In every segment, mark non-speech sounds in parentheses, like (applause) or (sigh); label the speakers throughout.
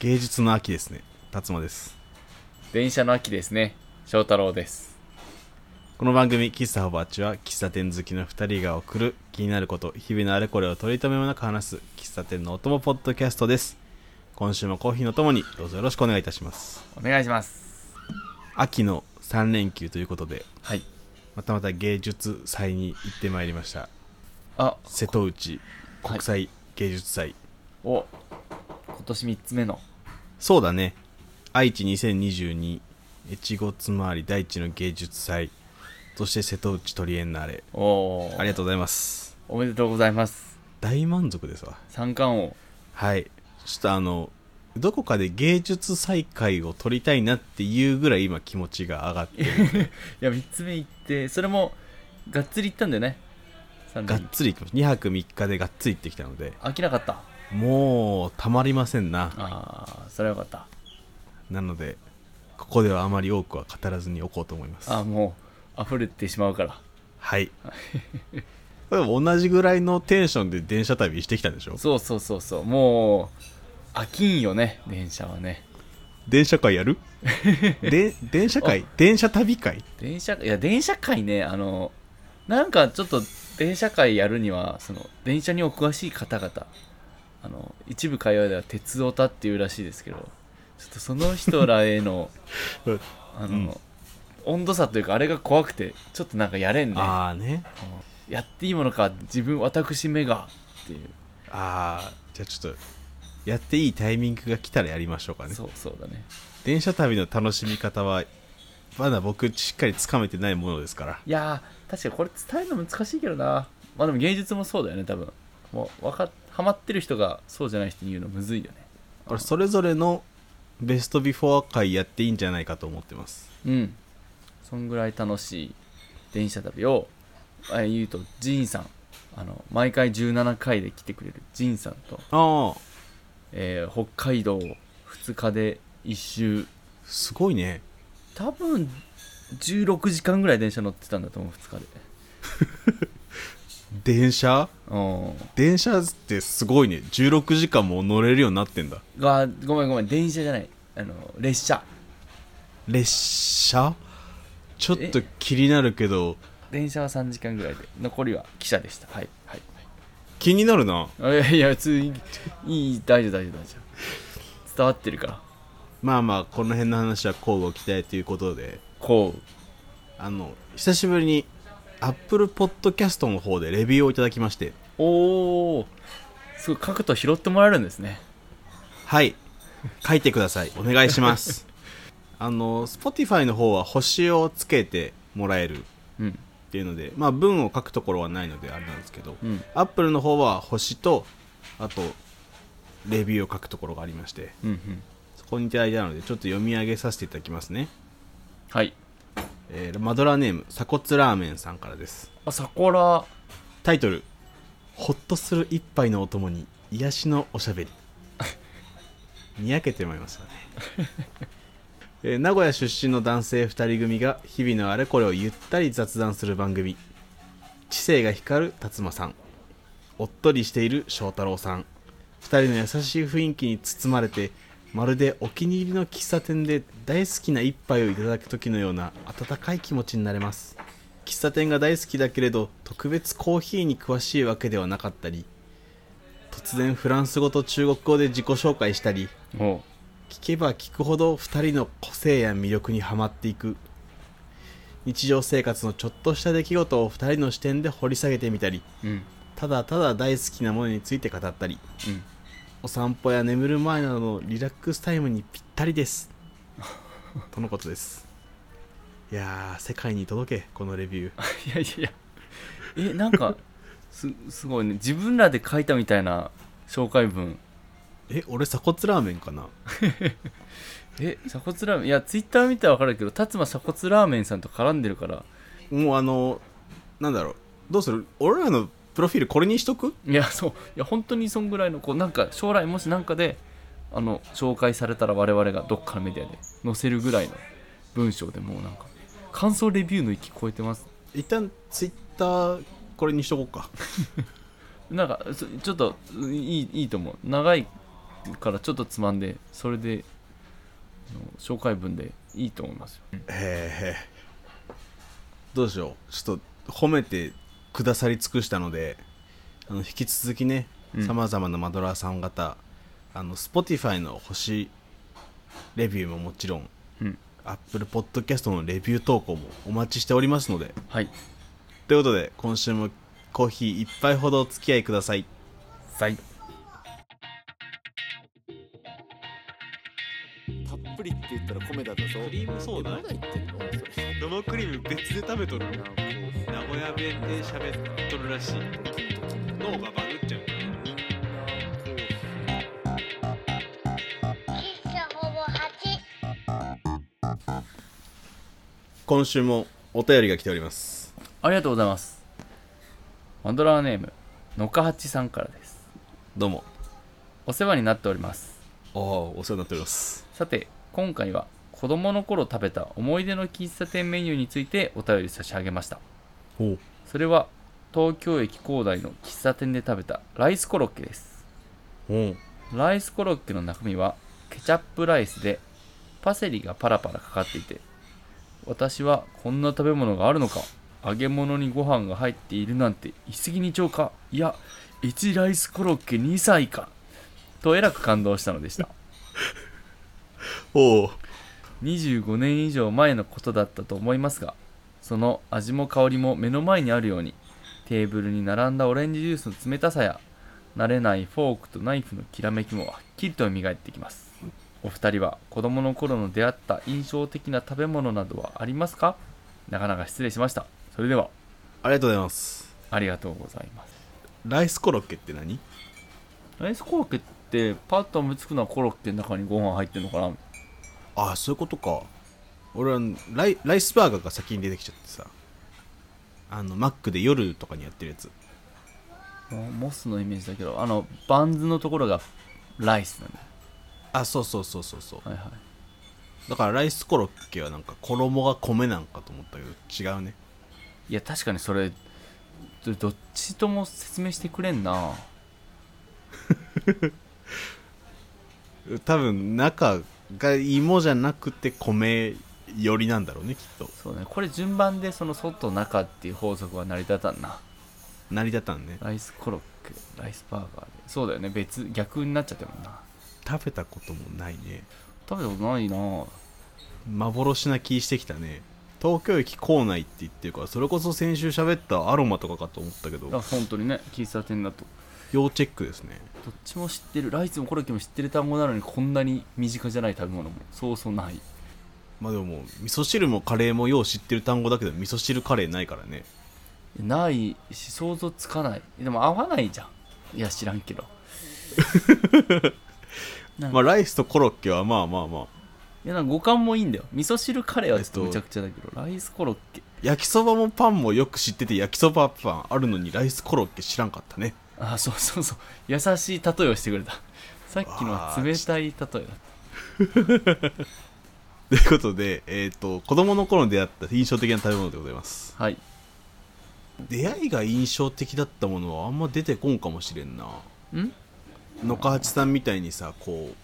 Speaker 1: 芸術の秋ですね辰馬です
Speaker 2: 電車の秋ですね翔太郎です
Speaker 1: この番組「喫茶ホバッチ」は喫茶店好きの2人が送る気になること日々のあれこれを取り留めもなく話す喫茶店のお供ポッドキャストです今週もコーヒーのともにどうぞよろしくお願いいたします
Speaker 2: お願いします
Speaker 1: 秋の3連休ということで
Speaker 2: はい
Speaker 1: またまた芸術祭に行ってまいりました
Speaker 2: あ
Speaker 1: 瀬戸内国際芸術祭、
Speaker 2: お今年3つ目の
Speaker 1: そうだね愛知2022越後妻有大地の芸術祭そして瀬戸内トリエンナーレ
Speaker 2: おー
Speaker 1: ありがとうございます
Speaker 2: おめでとうございます
Speaker 1: 大満足ですわ
Speaker 2: 三冠王
Speaker 1: はいちょっとあのどこかで芸術再開を撮りたいなっていうぐらい今気持ちが上がって
Speaker 2: いや3つ目行ってそれもがっつり行ったんだよね三
Speaker 1: が
Speaker 2: 連
Speaker 1: っつり行きました2泊3日でがっつり行ってきたので
Speaker 2: 飽きなかった
Speaker 1: もうたまりませんな
Speaker 2: ああそれはよかった
Speaker 1: なのでここではあまり多くは語らずにおこうと思います
Speaker 2: あーもう溢れてしまうから
Speaker 1: はい (laughs) でも同じぐらいのテンションで電車旅してきたんでしょ
Speaker 2: そうそうそうそうもう飽きんよね電車はね
Speaker 1: 電車会や (laughs) るで電車会電車旅会
Speaker 2: 電車いや電車界ねあのなんかちょっと電車界やるにはその電車にお詳しい方々あの一部会話では鉄オタっていうらしいですけどちょっとその人らへの
Speaker 1: (laughs) うん
Speaker 2: あの、温度差というかあれが怖くてちょっとなんかやれんね
Speaker 1: ああね
Speaker 2: やっていいものか自分私目がっていう
Speaker 1: ああじゃあちょっとやっていいタイミングが来たらやりましょうかね
Speaker 2: そうそうだね
Speaker 1: 電車旅の楽しみ方はまだ僕しっかりつかめてないものですから
Speaker 2: いやー確かにこれ伝えるの難しいけどなまあでも芸術もそうだよね多分もうわかっハマってる人がそうじゃない人に言うのむずいよね
Speaker 1: これそれぞれのベストビフォー会やっていいんじゃないかと思ってます
Speaker 2: うんそんぐらい楽しい電車旅をあ言うとジーンさんあの毎回17回で来てくれるジーンさんと、
Speaker 1: ああ
Speaker 2: えー北海道2日で1周
Speaker 1: すごいね
Speaker 2: 多分16時間ぐらい電車乗ってたんだと思う2日で
Speaker 1: 電車
Speaker 2: う
Speaker 1: 電車ってすごいね16時間も乗れるようになってんだ
Speaker 2: んがごめんごめん電車じゃないあの列車
Speaker 1: 列車ちょっと気になるけど
Speaker 2: 電車は3時間ぐらいで残りは汽車でしたはいはい
Speaker 1: 気になるな
Speaker 2: はいあいやいや普通にいい大丈夫大丈夫大丈夫伝わってるから
Speaker 1: まあまあこの辺の話は交互期待ということで
Speaker 2: こう
Speaker 1: あの久しぶりに Apple Podcast の方でレビューをいただきまして
Speaker 2: おおすごい書くと拾ってもらえるんですね
Speaker 1: はい書いてくださいお願いします (laughs) あの Spotify の方は星をつけてもらえるっ
Speaker 2: うん
Speaker 1: ていうのでまあ文を書くところはないのであれなんですけど、
Speaker 2: うん
Speaker 1: Apple の方は星とあとレビューを書くところがありまして
Speaker 2: うんうん
Speaker 1: そこにいただいたのでちょっと読み上げさせていただきますね、
Speaker 2: はい
Speaker 1: えーマドラーネーム鎖骨ラーメンさんからです
Speaker 2: あサコラ
Speaker 1: タイトル「ほっとする一杯のお供に癒しのおしゃべり」にやけてまいりましたね、えー名古屋出身の男性2人組が日々のあれこれをゆったり雑談する番組知性が光る辰馬さんおっとりしている翔太郎さん2人の優しい雰囲気に包まれてまるでお気に入りの喫茶店で大好きな一杯をいただく時のような温かい気持ちになれます喫茶店が大好きだけれど特別コーヒーに詳しいわけではなかったり突然フランス語と中国語で自己紹介したり
Speaker 2: おう
Speaker 1: 聞けば聞くほど2人の個性や魅力にはまっていく日常生活のちょっとした出来事を2人の視点で掘り下げてみたり
Speaker 2: うん
Speaker 1: ただただ大好きなものについて語ったり
Speaker 2: うん
Speaker 1: お散歩や眠る前などのリラックスタイムにぴったりですとのことですいやー世界に届けこのレビュー
Speaker 2: いやいやいやえなんかすすごいね自分らで書いたみたいな紹介文
Speaker 1: え俺鎖骨ラーメンかな
Speaker 2: え鎖骨ラーメンいやツイッター見たら分かるけど辰馬鎖骨ラーメンさんと絡んでるから
Speaker 1: もうあのなんだろうどうする俺らのプロフィールこれにしとく
Speaker 2: いやそういや本当にそんぐらいのこうなんか将来もしなんかであの紹介されたら我々がどっかのメディアで載せるぐらいの文章でもうなんか感想レビューの域超えてます
Speaker 1: 一旦ツイッターこれにしとこうか
Speaker 2: なんかそちょっといいいいと思う長いからちょっとつまんでそれであの紹介文でいいと思いますよ
Speaker 1: えーどうしようちょっと褒めてくださり尽くしたのであの引き続きね
Speaker 2: うん
Speaker 1: さまざまなマドラーさん方あの Spotify の星レビューももちろん
Speaker 2: うん
Speaker 1: Apple Podcast のレビュー投稿もお待ちしておりますので
Speaker 2: はい
Speaker 1: ということで今週もコーヒー一杯ほどお付き合いください
Speaker 2: さい
Speaker 3: たっぷりって言ったら米だったぞ
Speaker 1: クリームソーダ
Speaker 3: まだ言ってるのそれ
Speaker 1: 生クリーム別で食べとる
Speaker 3: なんかこ
Speaker 1: 名古屋弁で喋っとるらしいう
Speaker 3: キンとキン
Speaker 1: 脳がバグっちゃう
Speaker 4: 喫茶ほぼ8。
Speaker 1: 今週もお便りが来ております
Speaker 2: ありがとうございますマドラーネームのかはちさんからです
Speaker 1: どうも
Speaker 2: お世話になっております
Speaker 1: ああお世話になっております
Speaker 2: さて今回は子供の頃食べた思い出の喫茶店メニューについてお便り差し上げました
Speaker 1: ほう
Speaker 2: それは東京駅構内の喫茶店で食べたライスコロッケです
Speaker 1: ほ
Speaker 2: ライスコロッケの中身はケチャップライスでパセリがパラパラかかっていて私はこんな食べ物があるのか揚げ物にご飯が入っているなんて一石二鳥かいや1ライスコロッケ2歳かとえらく感動したのでした
Speaker 1: おう
Speaker 2: 25年以上前のことだったと思いますがその味も香りも目の前にあるようにテーブルに並んだオレンジジュースの冷たさや慣れないフォークとナイフのきらめきもはっきりと蘇ってきますお二人は子供の頃の出会った印象的な食べ物などはありますかなかなか失礼しましたそれでは
Speaker 1: ありがとうございます
Speaker 2: ありがとうございます
Speaker 1: ライスコロッケって何
Speaker 2: ライスコロッケってパッと思いつくのはコロッケの中にご飯入ってるのかな
Speaker 1: ああそういうことか俺はライライスバーガーが先に出てきちゃってさあのマックで夜とかにやってるやつ
Speaker 2: もモスのイメージだけどあのバンズのところがライスなんだ
Speaker 1: あそうそうそうそうそう
Speaker 2: はいはい
Speaker 1: だからライスコロッケはなんか衣が米なんかと思ったけど違うね
Speaker 2: いや確かにそれどどっちとも説明してくれんな
Speaker 1: 多分中が芋じゃなくて米寄りなんだろうねきっと
Speaker 2: そうねこれ順番でその外中っていう法則は成り立たんな
Speaker 1: 成り立たんね
Speaker 2: ライスコロッケライスバーガーでそうだよね別逆になっちゃってるもんな
Speaker 1: 食べたこともないね
Speaker 2: 食べたことないな
Speaker 1: 幻な気してきたね東京駅構内って言ってるからそれこそ先週喋ったアロマとかかと思ったけ
Speaker 2: あ
Speaker 1: ど
Speaker 2: 本当にね喫茶店だと
Speaker 1: 要チェックですね
Speaker 2: どっちも知ってるライスもコロッケも知ってる単語なのにこんなに身近じゃない食べ物もそうそうない
Speaker 1: まあでも味噌汁もカレーもよう知ってる単語だけど味噌汁カレーないからね
Speaker 2: ないし想像つかないでも合わないじゃんいや知らんけど
Speaker 1: まあライスとコロッケはまあまあまあ
Speaker 2: いやなんか五感もいいんだよ味噌汁カレーはちょっと
Speaker 1: えっと
Speaker 2: むちゃくちゃだけど、ライスコロッケ
Speaker 1: 焼きそばもパンもよく知ってて焼きそばパンあるのにライスコロッケ知らんかったね (laughs)
Speaker 2: あそうそうそう優しい例えをしてくれたさっきのは冷たい例えだった
Speaker 1: ということで、えっと子供の頃に出会った印象的な食べ物でございます
Speaker 2: はい
Speaker 1: 出会いが印象的だったものはあんま出てこんかもしれんなん野川八さんみたいにさこう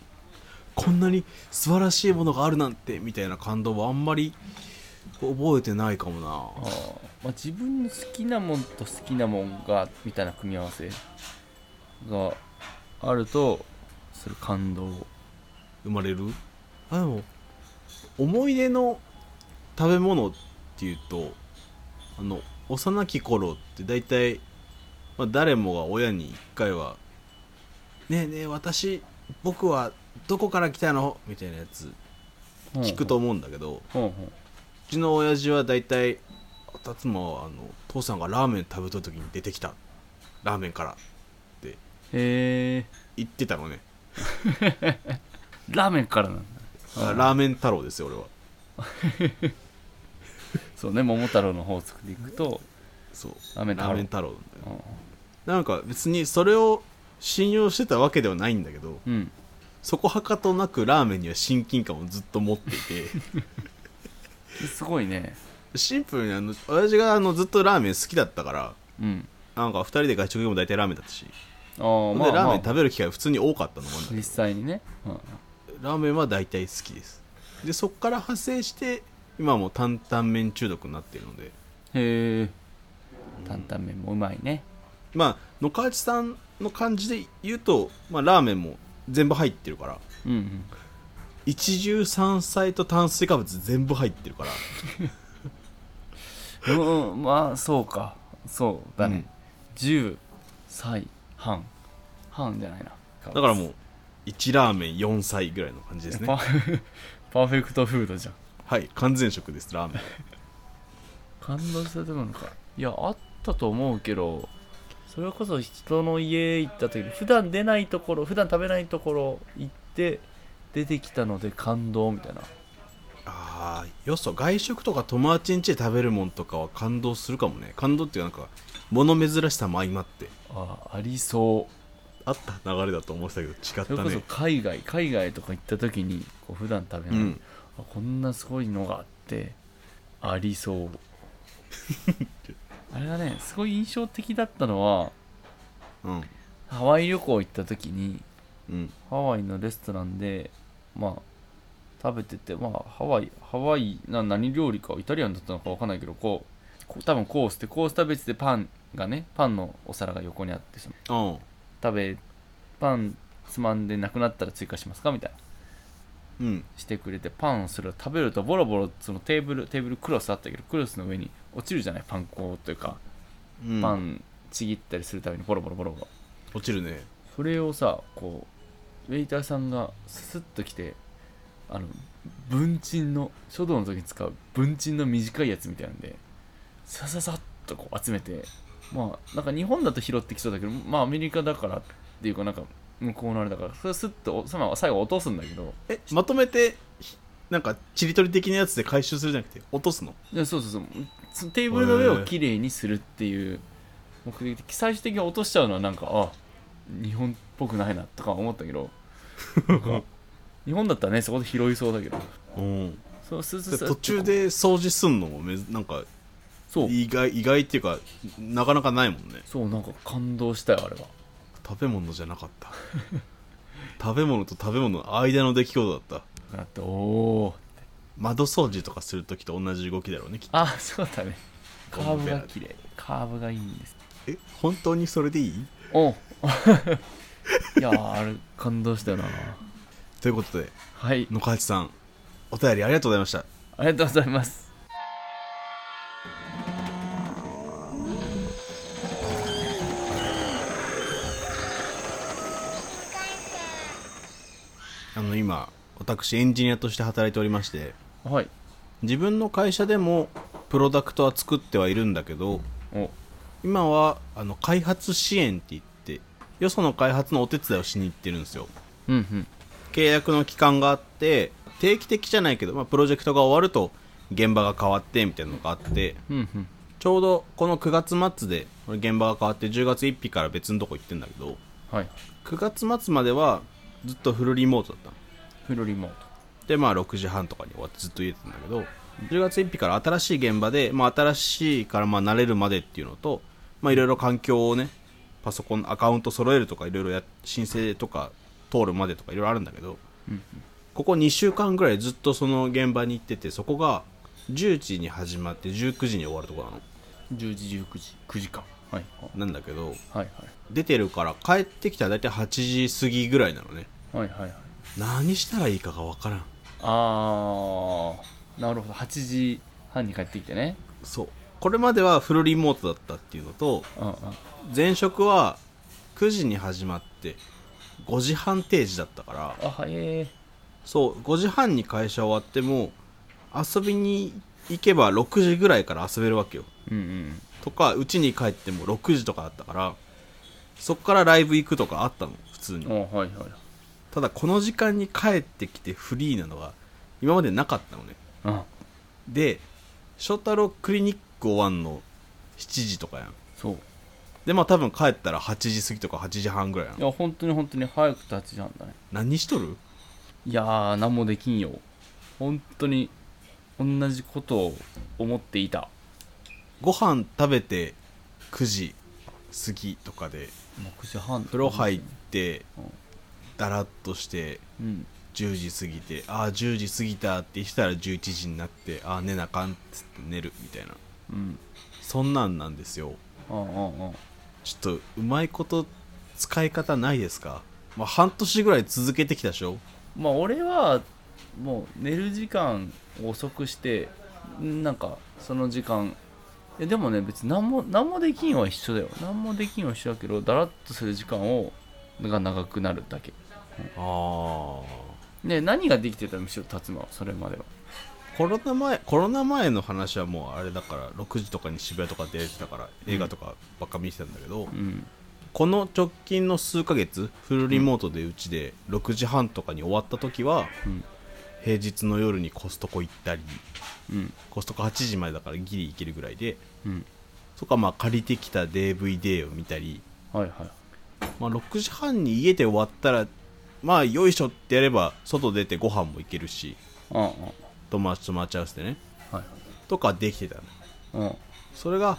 Speaker 1: こんなに素晴らしいものがあるなんてみたいな感動はあんまり覚えてないかも
Speaker 2: あ
Speaker 1: な
Speaker 2: ー、まあ、自分の好きなもんと好きなもんがみたいな組み合わせがあるとする感動
Speaker 1: 生まれるあでも思い出の食べ物っていうとあの幼き頃って大体、まあ、誰もが親に一回は「ねえねえ私僕はどこから来たの?」みたいなやつ聞くと思うんだけど、
Speaker 2: ほんほん
Speaker 1: うちの親父は大体辰馬はあの父さんがラーメン食べた時に出てきたラーメンからって
Speaker 2: へえ
Speaker 1: 言ってたのね、
Speaker 2: ラーメンからなんだうん
Speaker 1: ラーメン太郎ですよ俺は
Speaker 2: そうね桃太郎の法則でいくと、
Speaker 1: そう
Speaker 2: ラーメン太郎
Speaker 1: ラーメン太郎なんだよ
Speaker 2: うん
Speaker 1: なんか別にそれを信用してたわけではないんだけど
Speaker 2: うん、
Speaker 1: そこはかとなくラーメンには親近感をずっと持ってい
Speaker 2: (laughs) すごいね
Speaker 1: てシンプルにあの親父があのずっとラーメン好きだったから
Speaker 2: うん
Speaker 1: なんか2人で外食でも大体ラーメンだったし
Speaker 2: ああ
Speaker 1: ほん
Speaker 2: まあ、
Speaker 1: でラー
Speaker 2: ま
Speaker 1: メン
Speaker 2: あ、
Speaker 1: 食べる機会普通に多かったのも
Speaker 2: 実際にね、うん、
Speaker 1: ラーメンは大体好きですでそこから派生して今はもう担々麺中毒になっているので
Speaker 2: へえ担々麺もうまいね
Speaker 1: まあ野川内さんの感じで言うと、まあ、ラーメンも全部入ってるから
Speaker 2: うん、うん、
Speaker 1: 一汁三菜と炭水化物全部入ってるから
Speaker 2: うんうんまあそうかそうだ
Speaker 1: う
Speaker 2: ね
Speaker 1: ん、
Speaker 2: 10歳半半じゃないな
Speaker 1: だからもう1ラーメン4歳ぐらいの感じですね
Speaker 2: パーパーフェクトフードじゃん
Speaker 1: はい完全食ですラーメン
Speaker 2: 感動したところかいやあったと思うけどそれこそ人の家行った時に普段出ないところ普段食べないところ行って出てきたので感動みたいな
Speaker 1: ああよそ外食とか友達ん家で食べるもんとかは感動するかもね感動っていうかなんか物珍しさも相まって
Speaker 2: あありそう
Speaker 1: あった流れだと思ってたけ
Speaker 2: そ
Speaker 1: ど
Speaker 2: れ
Speaker 1: 違っ
Speaker 2: こ
Speaker 1: た
Speaker 2: そ
Speaker 1: ね
Speaker 2: 海外海外とか行った時にこう普段食べ
Speaker 1: う
Speaker 2: ない、
Speaker 1: ん
Speaker 2: あこんなすごいのがあってあ
Speaker 1: (laughs)
Speaker 2: りそうあれがねすごい印象的だったのは
Speaker 1: うん
Speaker 2: ハワイ旅行行った時に
Speaker 1: うん
Speaker 2: ハワイのレストランでまあ食べててまあハワイハワイな何料理かイタリアンだったのか分かんないけどこうこう多分コースでコース食べててパンがねパンのお皿が横にあってその
Speaker 1: うん
Speaker 2: 食べパンつまんでなくなったら追加しますかみたいな
Speaker 1: うん
Speaker 2: してくれてパンをそれを食べるとボロボロそのテーブルテーブルクロスあったけどクロスの上に落ちるじゃないパン粉というか
Speaker 1: うん
Speaker 2: パンちぎったりするためにボロボロボロボロ
Speaker 1: 落ちるね
Speaker 2: それをさこうウェイターさんがスッと来てあの文鎮の書道の時に使う文鎮の短いやつみたいなんでさささっとこう集めてまあなんか日本だと拾ってきそうだけどまあアメリカだからっていうかなんか向こうのあれだからそれスッとおそのまま最後落とすんだけど
Speaker 1: えまとめてひなんかちりとり的なやつで回収するじゃなくて落とすの
Speaker 2: いやそうそうそうそのテーブルの上をきれいにするっていう目的で最終的に落としちゃうのはなんかあ日本っぽくないなとか思ったけどなんか日本だったらねそこで拾いそうだけど
Speaker 1: うん
Speaker 2: そうスースー
Speaker 1: で
Speaker 2: スー
Speaker 1: 途中で掃除すんのもめずなんか
Speaker 2: そう
Speaker 1: 意外意外っていうかなかなかないもんね
Speaker 2: そうなんか感動したよあれは
Speaker 1: 食べ物じゃなかった (laughs) 食べ物と食べ物の間の出来事だった
Speaker 2: だっておおー
Speaker 1: 窓掃除とかするときと同じ動きだろうねきっと
Speaker 2: あそうだねカーブ
Speaker 1: ゴ
Speaker 2: が
Speaker 1: ムベラ
Speaker 2: 綺麗カーブがいいんです
Speaker 1: え本当にそれでいい
Speaker 2: おう (laughs) いやーあれ感動したよな
Speaker 1: ということで
Speaker 2: はい
Speaker 1: 野川内さんお便りありがとうございました
Speaker 2: ありがとうございます
Speaker 1: あの今私エンジニアとして働いておりまして
Speaker 2: はい
Speaker 1: 自分の会社でもプロダクトは作ってはいるんだけど
Speaker 2: お
Speaker 1: 今はあの開発支援って言ってよその開発のお手伝いをしに行ってるんですよ
Speaker 2: うんうん
Speaker 1: 契約の期間があって定期的じゃないけど、まあ、プロジェクトが終わると現場が変わってみたいなのがあって
Speaker 2: うんうん
Speaker 1: ちょうどこの9月末でこれ現場が変わって10月1日から別のとこ行ってんだけど
Speaker 2: はい
Speaker 1: 9月末まではずっとフルリモートだったの
Speaker 2: フルリモー
Speaker 1: でまあ6時半とかに終わってずっと家てたんだけど10月1日から新しい現場で、まあ、新しいからまあ慣れるまでっていうのとまあいろいろ環境をねパソコンアカウント揃えるとかいろいろや申請とか通るまでとかいろいろあるんだけどここ2週間ぐらいずっとその現場に行っててそこが10時に始まって19時に終わるとこなの
Speaker 2: ト10時19時9時間はい
Speaker 1: なんだけど
Speaker 2: はい
Speaker 1: 出てるから帰ってきたら大体8時過ぎぐらいなのね
Speaker 2: はいはいはいはい
Speaker 1: 何したらいいかがわからん
Speaker 2: あーなるほど8時半に帰ってきてね
Speaker 1: そうこれまではフルリモートだったっていうのと
Speaker 2: うんうん
Speaker 1: 前職は9時に始まって5時半定時だったから
Speaker 2: あはいえ
Speaker 1: そう5時半に会社終わっても遊びに行けば6時ぐらいから遊べるわけよ
Speaker 2: ー、うんうん
Speaker 1: とか家に帰っても6時とかだったからそっからライブ行くとかあったの普通に
Speaker 2: おはいはい
Speaker 1: ただこの時間に帰ってきてフリーなのは今までなかったのね
Speaker 2: うん
Speaker 1: で翔太郎クリニック終わんの7時とかやん
Speaker 2: そう
Speaker 1: でまあ多分帰ったら8時過ぎとか8時半ぐらいやん
Speaker 2: いや本当に本当に早くて8時半だね
Speaker 1: 何しとる
Speaker 2: いやー何もできんよ本当に同じことを思っていた
Speaker 1: ご飯食べて9時過ぎとかで
Speaker 2: 9時半
Speaker 1: 風呂入ってだらっとして
Speaker 2: うん
Speaker 1: 10時過ぎてああ10時過ぎたってしたら11時になってああ寝なあかんっつって寝るみたいな
Speaker 2: うん
Speaker 1: そんなんなんですよ
Speaker 2: うんうんうん
Speaker 1: ちょっとうまいこと使い方ないですか、まあ、半年ぐらい続けてきたでしょ
Speaker 2: まあ俺はもう寝る時間を遅くしてなんかその時間いやでもね別に何も何もできんは一緒だよ何もできんは一緒だけどだらっとする時間をが長くなるだけ
Speaker 1: ああコ
Speaker 2: で何ができてたらむしろ立つのそれまでは
Speaker 1: ロナ前コロナ前の話はもうあれだから6時とかに渋谷とか出てたから映画とかばっか見てたんだけど、
Speaker 2: うん
Speaker 1: この直近の数ヶ月フルリモートでうちで6時半とかに終わった時は、
Speaker 2: うん
Speaker 1: 平日の夜にコストコ行ったり
Speaker 2: うん
Speaker 1: コストコ8時までだからギリ行けるぐらいで
Speaker 2: うん
Speaker 1: とかまあ借りてきた DVD を見たり、
Speaker 2: はいはい
Speaker 1: まあ、6時半に家で終わったらまあよいしょってやれば外出てご飯も行けるし
Speaker 2: うんうん
Speaker 1: 友達と待ち合わせてね
Speaker 2: はい
Speaker 1: とかできてたの
Speaker 2: うん
Speaker 1: それが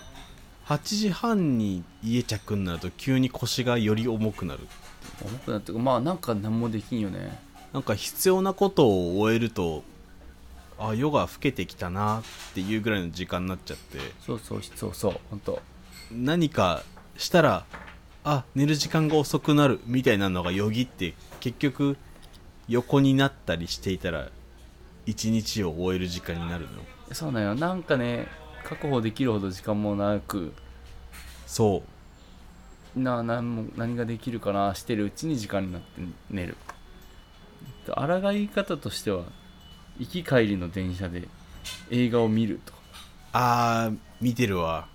Speaker 1: 8時半に家着になると急に腰がより重くなる
Speaker 2: 重くなってくまあなんか何もできんよね
Speaker 1: なんか必要なことを終えるとあ夜が更けてきたなっていうぐらいの時間になっちゃって
Speaker 2: そうそうそうそう本当
Speaker 1: 何かしたらあ寝る時間が遅くなるみたいなのがよぎって結局横になったりしていたら一日を終える時間になるの
Speaker 2: そうなんよなんかね確保できるほど時間もなく
Speaker 1: そう
Speaker 2: な何も何ができるかなしてるうちに時間になって寝る抗い方としては行き帰りの電車で映画を見るとか
Speaker 1: あー見てるわ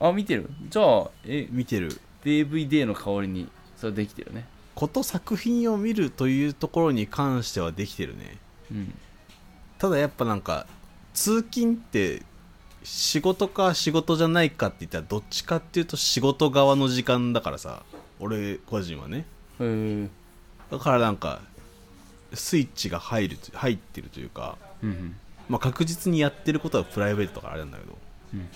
Speaker 2: あ見てるじゃあえ
Speaker 1: 見てる
Speaker 2: DVD の代わりにそれできてるね
Speaker 1: こと作品を見るというところに関してはできてるね
Speaker 2: うん
Speaker 1: ただやっぱなんか通勤って仕事か仕事じゃないかって言ったらどっちかっていうと仕事側の時間だからさ俺個人はね
Speaker 2: へえ
Speaker 1: だからなんかスイッチが入ると入ってるというか、
Speaker 2: うんうん
Speaker 1: まあ、確実にやってることはプライベートとかあれなんだけど
Speaker 2: うん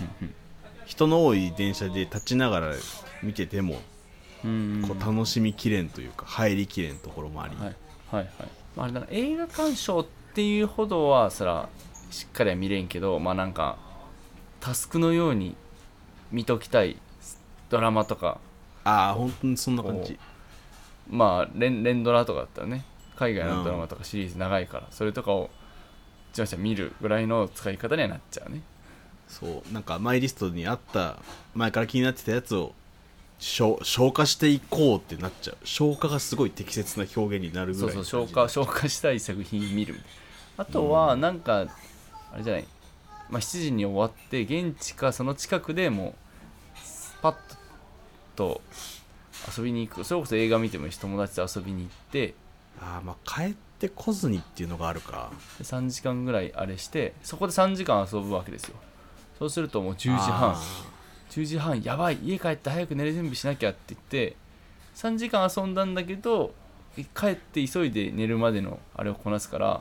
Speaker 1: 人の多い電車で立ちながら見てても
Speaker 2: うんうん
Speaker 1: こう楽しみきれんというか入りきれんところもあり、
Speaker 2: はいはいはいまあなんか映画鑑賞っていうほどはそらしっかりは見れんけどまあなんかタスクのように見ときたいドラマとか
Speaker 1: ああ本当にそんな感じ
Speaker 2: まあ連連ドラとかだったらね海外のドラマとかシリーズ長いから、それとかを自転車見るぐらいの使い方にはなっちゃうね
Speaker 1: そうなんかマイリストにあった前から気になってたやつを消消化していこうってなっちゃう消化がすごい適切な表現になるぐ
Speaker 2: そう
Speaker 1: らい
Speaker 2: そ
Speaker 1: の感
Speaker 2: う消
Speaker 1: じ
Speaker 2: 化消化したい作品見るみたいなあとはなんか、あれじゃない、まあ、7時に終わって現地かその近くでもうパッと遊びに行くそれこそ映画見てもいいし友達と遊びに行って
Speaker 1: あーまあ帰ってこずにっていうのがあるか
Speaker 2: で3時間ぐらいあれしてそこで3時間遊ぶわけですよそうするともう10時半
Speaker 1: あ
Speaker 2: 10時半やばい家帰って早く寝る準備しなきゃって言って3時間遊んだんだけど帰って急いで寝るまでのあれをこなすから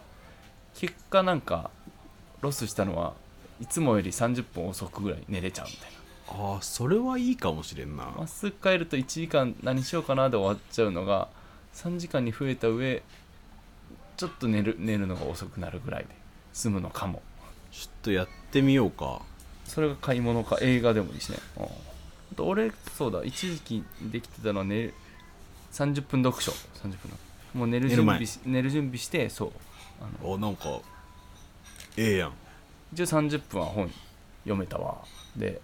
Speaker 2: 結果なんかロスしたのはいつもより30分遅くぐらい寝れちゃうみたい
Speaker 1: ーあーそれはいいかもしれんな
Speaker 2: なまっすぐ帰ると1時間何しようかなで終わっちゃうのが3時間に増えた上ちょっと寝る寝るのが遅くなるぐらいで済むのかも
Speaker 1: ちょっとやってみようか
Speaker 2: それが買い物か映画でもいいしねうんあと俺そうだ一時期できてたのは寝る30分読書30分のもう寝る
Speaker 1: 寝る
Speaker 2: 準
Speaker 1: 前
Speaker 2: 備し寝る準備してそう
Speaker 1: おなんかええやん
Speaker 2: 一応30分は本読めたわで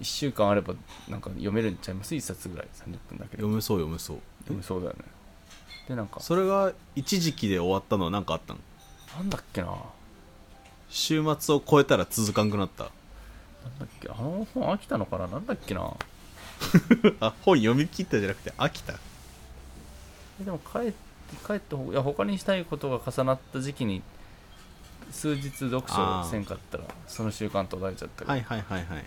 Speaker 2: 1週間あればなんか読めるんちゃいます1冊ぐらい30分だけど
Speaker 1: 読めそう読めそう
Speaker 2: 読めそうだよねでなんか
Speaker 1: それが一時期で終わったのは何かあったの
Speaker 2: なんだっけな
Speaker 1: 週末を超えたら続かんくなった (laughs)
Speaker 2: なんだっけあの本飽きたのかななんだっけな
Speaker 1: あ本読み切ったじゃなくて飽きた
Speaker 2: えでも帰って帰ってほいや他にしたいことが重なった時期に数日読書せんかったらその習慣途絶えちゃったけど、
Speaker 1: はいはいはいはい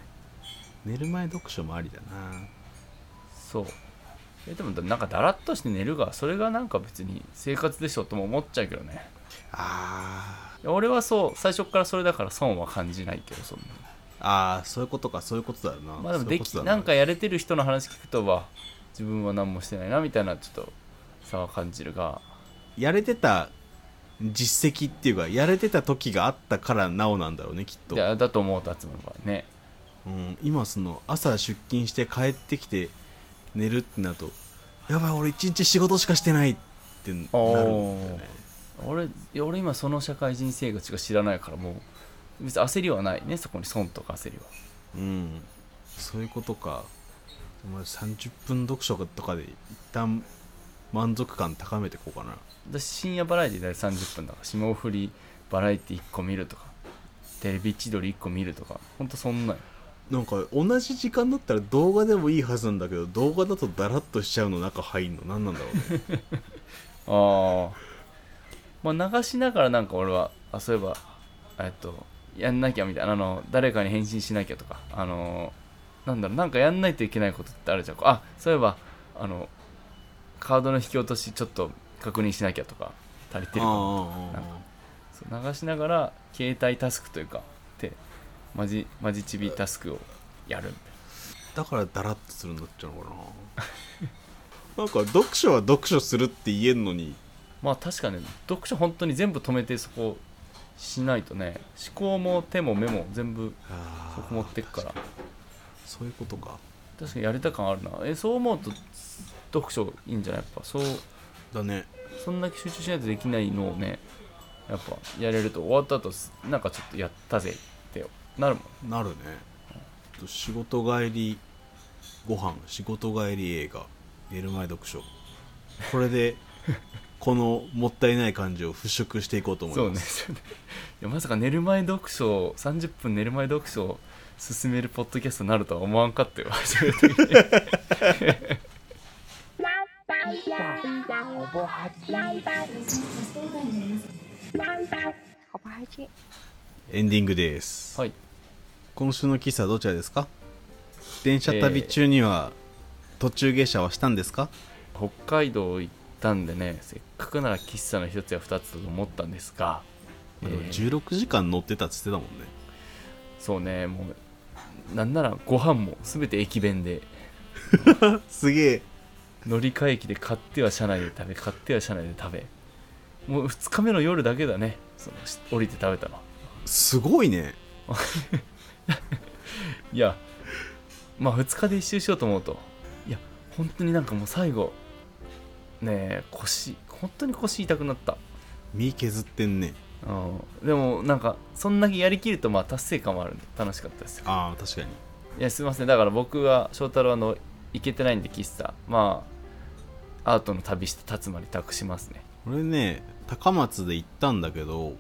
Speaker 1: 寝る前読書もありだな
Speaker 2: そうえでもだなんかだらっとして寝るがそれがなんか別に生活でしょとも思っちゃうけどね
Speaker 1: あ
Speaker 2: いや俺はそう最初っからそれだから損は感じないけどそんな
Speaker 1: ーああそういうことかそういうことだよな
Speaker 2: まあでもでき
Speaker 1: そういうことだ
Speaker 2: なんかやれてる人の話聞くとは自分は何もしてないなみたいなちょっと差は感じるが
Speaker 1: やれてた実績っていうかやれてた時があったからなおなんだろうねきっと、
Speaker 2: だだと思う達馬の場合ね
Speaker 1: うん、今その朝出勤して帰ってきて寝るってなるとやばい俺一日仕事しかしてないってなるんだよね
Speaker 2: 俺いや俺今その社会人生活が知らないからもう別に焦りはないねそこに損とか焦りは
Speaker 1: うんそういうことかでも30分読書とかで一旦満足感高めていこうかな
Speaker 2: 私深夜バラエティ大体30分だから霜降りバラエティ1個見るとかテレビ千鳥1個見るとかほんとそんなんよ
Speaker 1: なんか同じ時間だったら動画でもいいはずなんだけど動画だとダラッとしちゃうの中入んの何なんだろう
Speaker 2: (laughs)
Speaker 1: ね
Speaker 2: ああまあ流しながらなんか俺はあそういえばえっとやんなきゃみたいなあの誰かに返信しなきゃとかあのなんだろうなんかやんないといけないことってあるじゃんあそういえばあのカードの引き落としちょっと確認しなきゃとか足りてるかも
Speaker 1: ああ
Speaker 2: そう流しながら携帯タスクというかでマジマジチビタスクをやるみたいな
Speaker 1: だからダラッとするんだっちゃうのかななんか読書は読書するって言えんのに
Speaker 2: まあ確かに読書本当に全部止めてそこしないとね思考も手も目も全部そこ持ってくから
Speaker 1: そういうことか
Speaker 2: 確かにやれた感あるなえそう思うと読書いいんじゃないやっぱそう
Speaker 1: だね
Speaker 2: そんだけ集中しないとできないのをねやっぱやれると終わった後すなんかちょっとやったぜってなるもん
Speaker 1: なるねちょっと仕事帰りご飯仕事帰り映画寝る前読書これでこのもったいない感じを払拭していこうと思い
Speaker 2: そう
Speaker 1: ま
Speaker 2: ね
Speaker 1: す
Speaker 2: そうね (laughs) いやまさか寝る前読書を30分寝る前読書を進めるポッドキャストになるとは思わん
Speaker 1: (laughs)
Speaker 2: かったよ初めて
Speaker 1: エンディングです、
Speaker 2: はい
Speaker 1: 今週の喫茶どちらですか電車旅中には途中下車はしたんですか、
Speaker 2: 北海道行ったんでねせっかくなら喫茶の一つや二つだと思ったんですが、え
Speaker 1: まあでも
Speaker 2: ー
Speaker 1: 16時間乗ってたっつってたもんね
Speaker 2: そうねもうなんならご飯も全て駅弁です
Speaker 1: げえ
Speaker 2: 乗り換え駅で買っては車内で食べ買っては車内で食べもう2日目の夜だけだねそのし降りて食べたのは
Speaker 1: すごいね
Speaker 2: いやまあ2日で一周しようと思うといや本当になんかもう最後ねえ腰本当に腰痛くなった
Speaker 1: 身削ってんね
Speaker 2: うんでもなんかそんだけやりきるとまあ達成感もあるんで楽しかったですよ
Speaker 1: ああ確かに
Speaker 2: いやすいませんだから僕は翔太郎の行けてないんで喫茶まあアートの旅して辰馬に託しますね
Speaker 1: 俺ね高松で行ったんだけど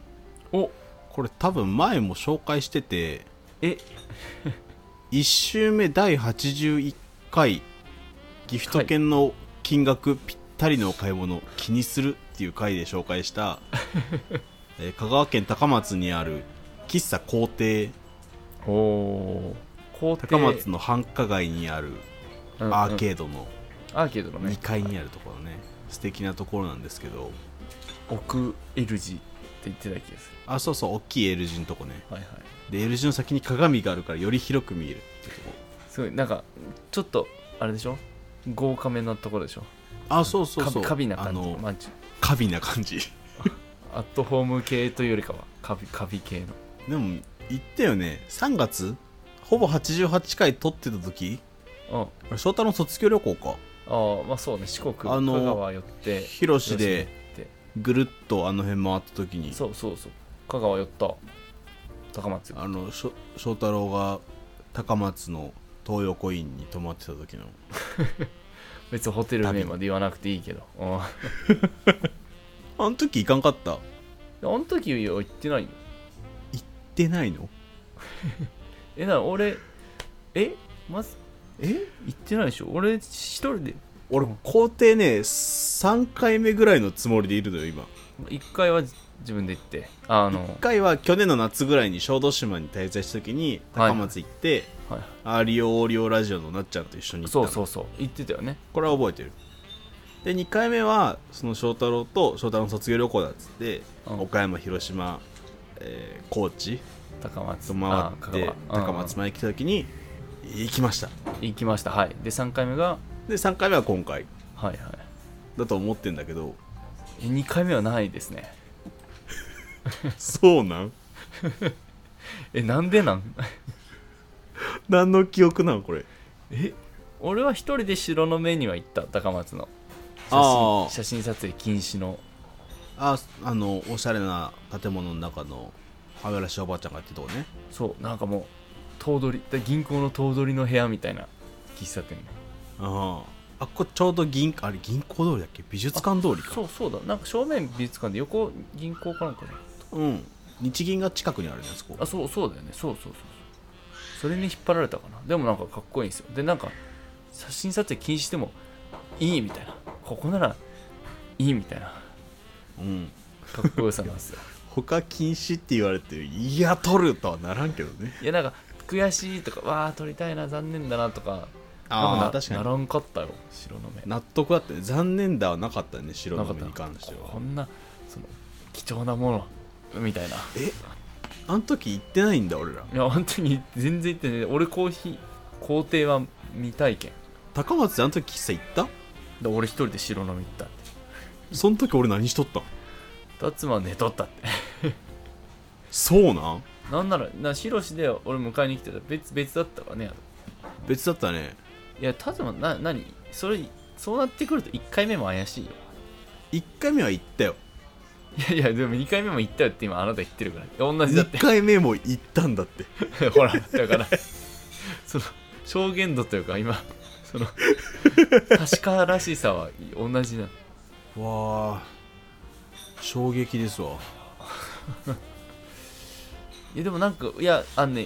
Speaker 2: お
Speaker 1: これ多分前も紹介してて
Speaker 2: え
Speaker 1: 1周目第81回ギフト券の金額ぴったりのお買い物気にするっていう回で紹介
Speaker 2: (laughs)
Speaker 1: した、えー香川県高松にある喫茶皇帝
Speaker 2: おお高
Speaker 1: 高松の繁華街にあるアーケードの
Speaker 2: アーケードのね
Speaker 1: 2階にあるところね素敵なところなんですけど
Speaker 2: 奥 L 字って言ってた気がす
Speaker 1: あそうそう大きい L 字のとこね
Speaker 2: るはいはい
Speaker 1: で L 字の先に鏡があるからより広く見えるってとこ
Speaker 2: すごいなんかちょっとあれでしょ豪華めなところでしょ
Speaker 1: あそうそうそう
Speaker 2: カビカビな感
Speaker 1: あ
Speaker 2: じ
Speaker 1: の
Speaker 2: まあち
Speaker 1: カビな感じ
Speaker 2: アットホーム系というよりかはカビカビ系の
Speaker 1: でも言ったよね3月ほぼ88回撮ってた時
Speaker 2: うん
Speaker 1: あれ翔太郎の卒業旅行か
Speaker 2: ああまあそうね四国
Speaker 1: あ
Speaker 2: 香
Speaker 1: の
Speaker 2: 川寄って
Speaker 1: 広志で
Speaker 2: 広
Speaker 1: ぐるっとあの辺回った時に
Speaker 2: 島行ってそうそうそう香川寄った高松
Speaker 1: あのしょ翔太郎が高松の東横インに泊まってた時の
Speaker 2: 別にホテル名まで言わなくていいけどうんあ
Speaker 1: あの時行かんかった行っ
Speaker 2: の時は行ってないよ
Speaker 1: てないの
Speaker 2: えな俺えまず
Speaker 1: え
Speaker 2: 行ってないでしょ俺一人で
Speaker 1: 俺校庭ね3回目ぐらいのつもりでいるのよ今
Speaker 2: 1回は自分で行ってあの
Speaker 1: 1回は去年の夏ぐらいに小豆島に滞在した時に
Speaker 2: はい
Speaker 1: 高松行って、
Speaker 2: はい
Speaker 1: アリオオーリオラジオのなっちゃんと一緒に行った
Speaker 2: そ
Speaker 1: の
Speaker 2: うそうそう行ってたよね
Speaker 1: これは覚えてるで2回目はその翔太郎と翔太郎の卒業旅行だっつって、
Speaker 2: うん
Speaker 1: 岡山広島、えー高知
Speaker 2: 高松
Speaker 1: と回って
Speaker 2: あ香川
Speaker 1: 高松まで来た時に行きました
Speaker 2: うん行きましたはいで3回目が
Speaker 1: で3回目は今回
Speaker 2: はいはい
Speaker 1: だと思ってんだけど (laughs)
Speaker 2: え2回目はないですね
Speaker 1: そうなん
Speaker 2: えなんでなん (laughs)
Speaker 1: 何の記憶なんこれ
Speaker 2: え俺は一人で城の目には行った高松の写
Speaker 1: あ
Speaker 2: 真写真撮影禁止の
Speaker 1: ああのおしゃれな建物の中の歯ブラシおばあちゃんがやってたとこね
Speaker 2: そうなんかもう頭取で銀行の頭取の部屋みたいな喫茶店ね
Speaker 1: あああっこちょうど銀あれ銀行通りだっけ美術館通りか
Speaker 2: そうそうだなんか正面美術館で横銀行かなんかね
Speaker 1: うん日銀が近くにあるねあそこ
Speaker 2: あそうそうだよねそうそうそうそうそれに引っ張られたかなでもなんかかっこいいんですよでなんか写真撮影禁止してもいいみたいなここならいいみたいな
Speaker 1: うん
Speaker 2: かっこよさなん (laughs) ですよ
Speaker 1: 他禁止って言われていや取るとはならんけどね
Speaker 2: いやなんか悔しいとかわあ撮りたいな残念だなとか
Speaker 1: ああ
Speaker 2: なんか
Speaker 1: 確か
Speaker 2: な
Speaker 1: に
Speaker 2: らんかったよ白の目
Speaker 1: 納得だったね残念だはなかったね白
Speaker 2: な
Speaker 1: の
Speaker 2: かっ
Speaker 1: 目
Speaker 2: た
Speaker 1: に関して
Speaker 2: こ
Speaker 1: は
Speaker 2: んなその貴重なものみたいな
Speaker 1: えあの時行ってないんだ俺ら
Speaker 2: いや本当に全然言ってない俺コーヒー工程は未体験
Speaker 1: 高松であの時喫茶行った
Speaker 2: で俺一人で白飲み行った
Speaker 1: その時俺何しとったん
Speaker 2: 達馬は寝とったって (laughs)
Speaker 1: そうなん
Speaker 2: なんならな白しで俺迎えに来てた別別だったからね
Speaker 1: 別だったね
Speaker 2: いや達馬な何それそうなってくると1回目も怪しいよ (laughs)
Speaker 1: 1回目は行ったよ
Speaker 2: いやいやでも2回目も行ったよって今あなた言ってるから同じだっ
Speaker 1: 2回目も行ったんだって
Speaker 2: て (laughs) ほらだからその証言度というか今その確からしさは同じなの
Speaker 1: わあ衝撃ですわ
Speaker 2: いやでもなんかいやあのねい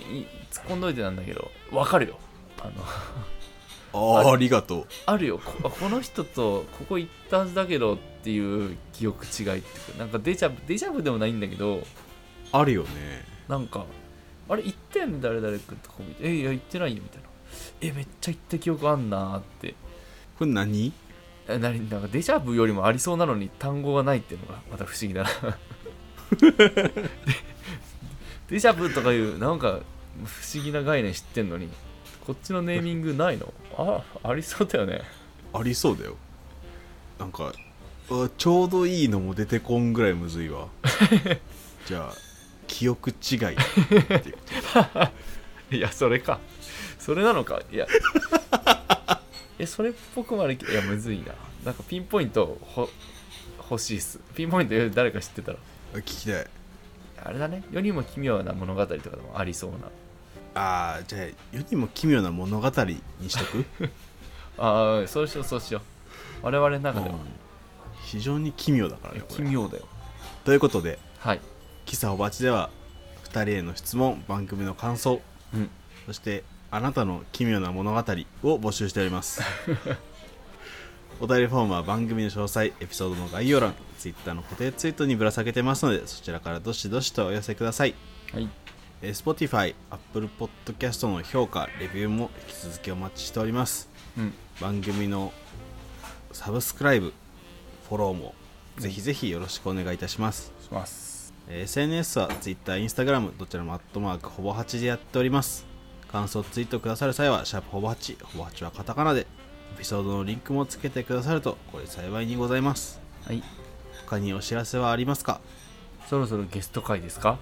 Speaker 2: 突っ込んどいてなんだけどわかるよあの (laughs)
Speaker 1: あ
Speaker 2: あ
Speaker 1: あありがとう
Speaker 2: あるよこあこの人とここ行ったはずだけどっていう記憶違いっていうかなんかデジャブデジャブでもないんだけど
Speaker 1: あるよね
Speaker 2: なんかあれ行ったよね誰々君とこ見てえいや行ってないよみたいなえめっちゃ行った記憶あんなーって
Speaker 1: これ何
Speaker 2: えなになんかデジャブよりもありそうなのに単語がないっていうのがまた不思議だな (laughs) でデジャブとかいうなんか不思議な概念知ってんのにこっちのネーミングないのあありそうだよね
Speaker 1: ありそうだよなんかあちょうどいいのも出てこんぐらいむずいわじゃあ記憶違いっていうこと
Speaker 2: いや、それか。それなのか。いや。え、それっぽくまで、いや、むずいな。なんかピンポイントほ欲しいっす。ピンポイントより誰か知ってたら。
Speaker 1: あ聞きたい
Speaker 2: あれだね。世にも奇妙な物語とかでもありそうな。
Speaker 1: あーじゃあ世にも奇妙な物語にしとく、
Speaker 2: ああ、そうしよう、そうしよう。我々の中で
Speaker 1: うん
Speaker 2: は。
Speaker 1: 非常に奇妙だからねこ
Speaker 2: 奇
Speaker 1: れ
Speaker 2: 妙だよ。
Speaker 1: ということで
Speaker 2: はい。
Speaker 1: 「喫茶おばち」では2人への質問番組の感想
Speaker 2: うん。
Speaker 1: そしてあなたの奇妙な物語を募集しております
Speaker 2: (laughs)
Speaker 1: お便りフォームは番組の詳細エピソードの概要欄 Twitter の固定ツイートにぶら下げてますのでそちらからどしどしとお寄せください
Speaker 2: はい。
Speaker 1: えー Spotify、Apple Podcast の評価、レビューも引き続きお待ちしております
Speaker 2: うん。
Speaker 1: 番組のサブスクライブフォローもぜひぜひよろしくお願いいたします
Speaker 2: します。
Speaker 1: えー SNS は Twitter、Instagram どちらもアットマークほぼ8でやっております感想ツイートくださる際はシャープほぼ8ほぼ8はカタカナでエピソードのリンクもつけてくださるとこれ幸いにございます
Speaker 2: はい。
Speaker 1: 他にお知らせはありますか
Speaker 2: そろそろゲスト会ですか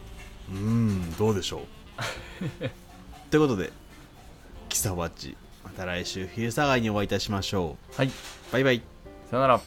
Speaker 1: うーんどうでしょう (laughs) ということでキサバチまた来週昼下がりにお会いいたしましょ
Speaker 2: はい。
Speaker 1: うバイバイ
Speaker 2: さよなら。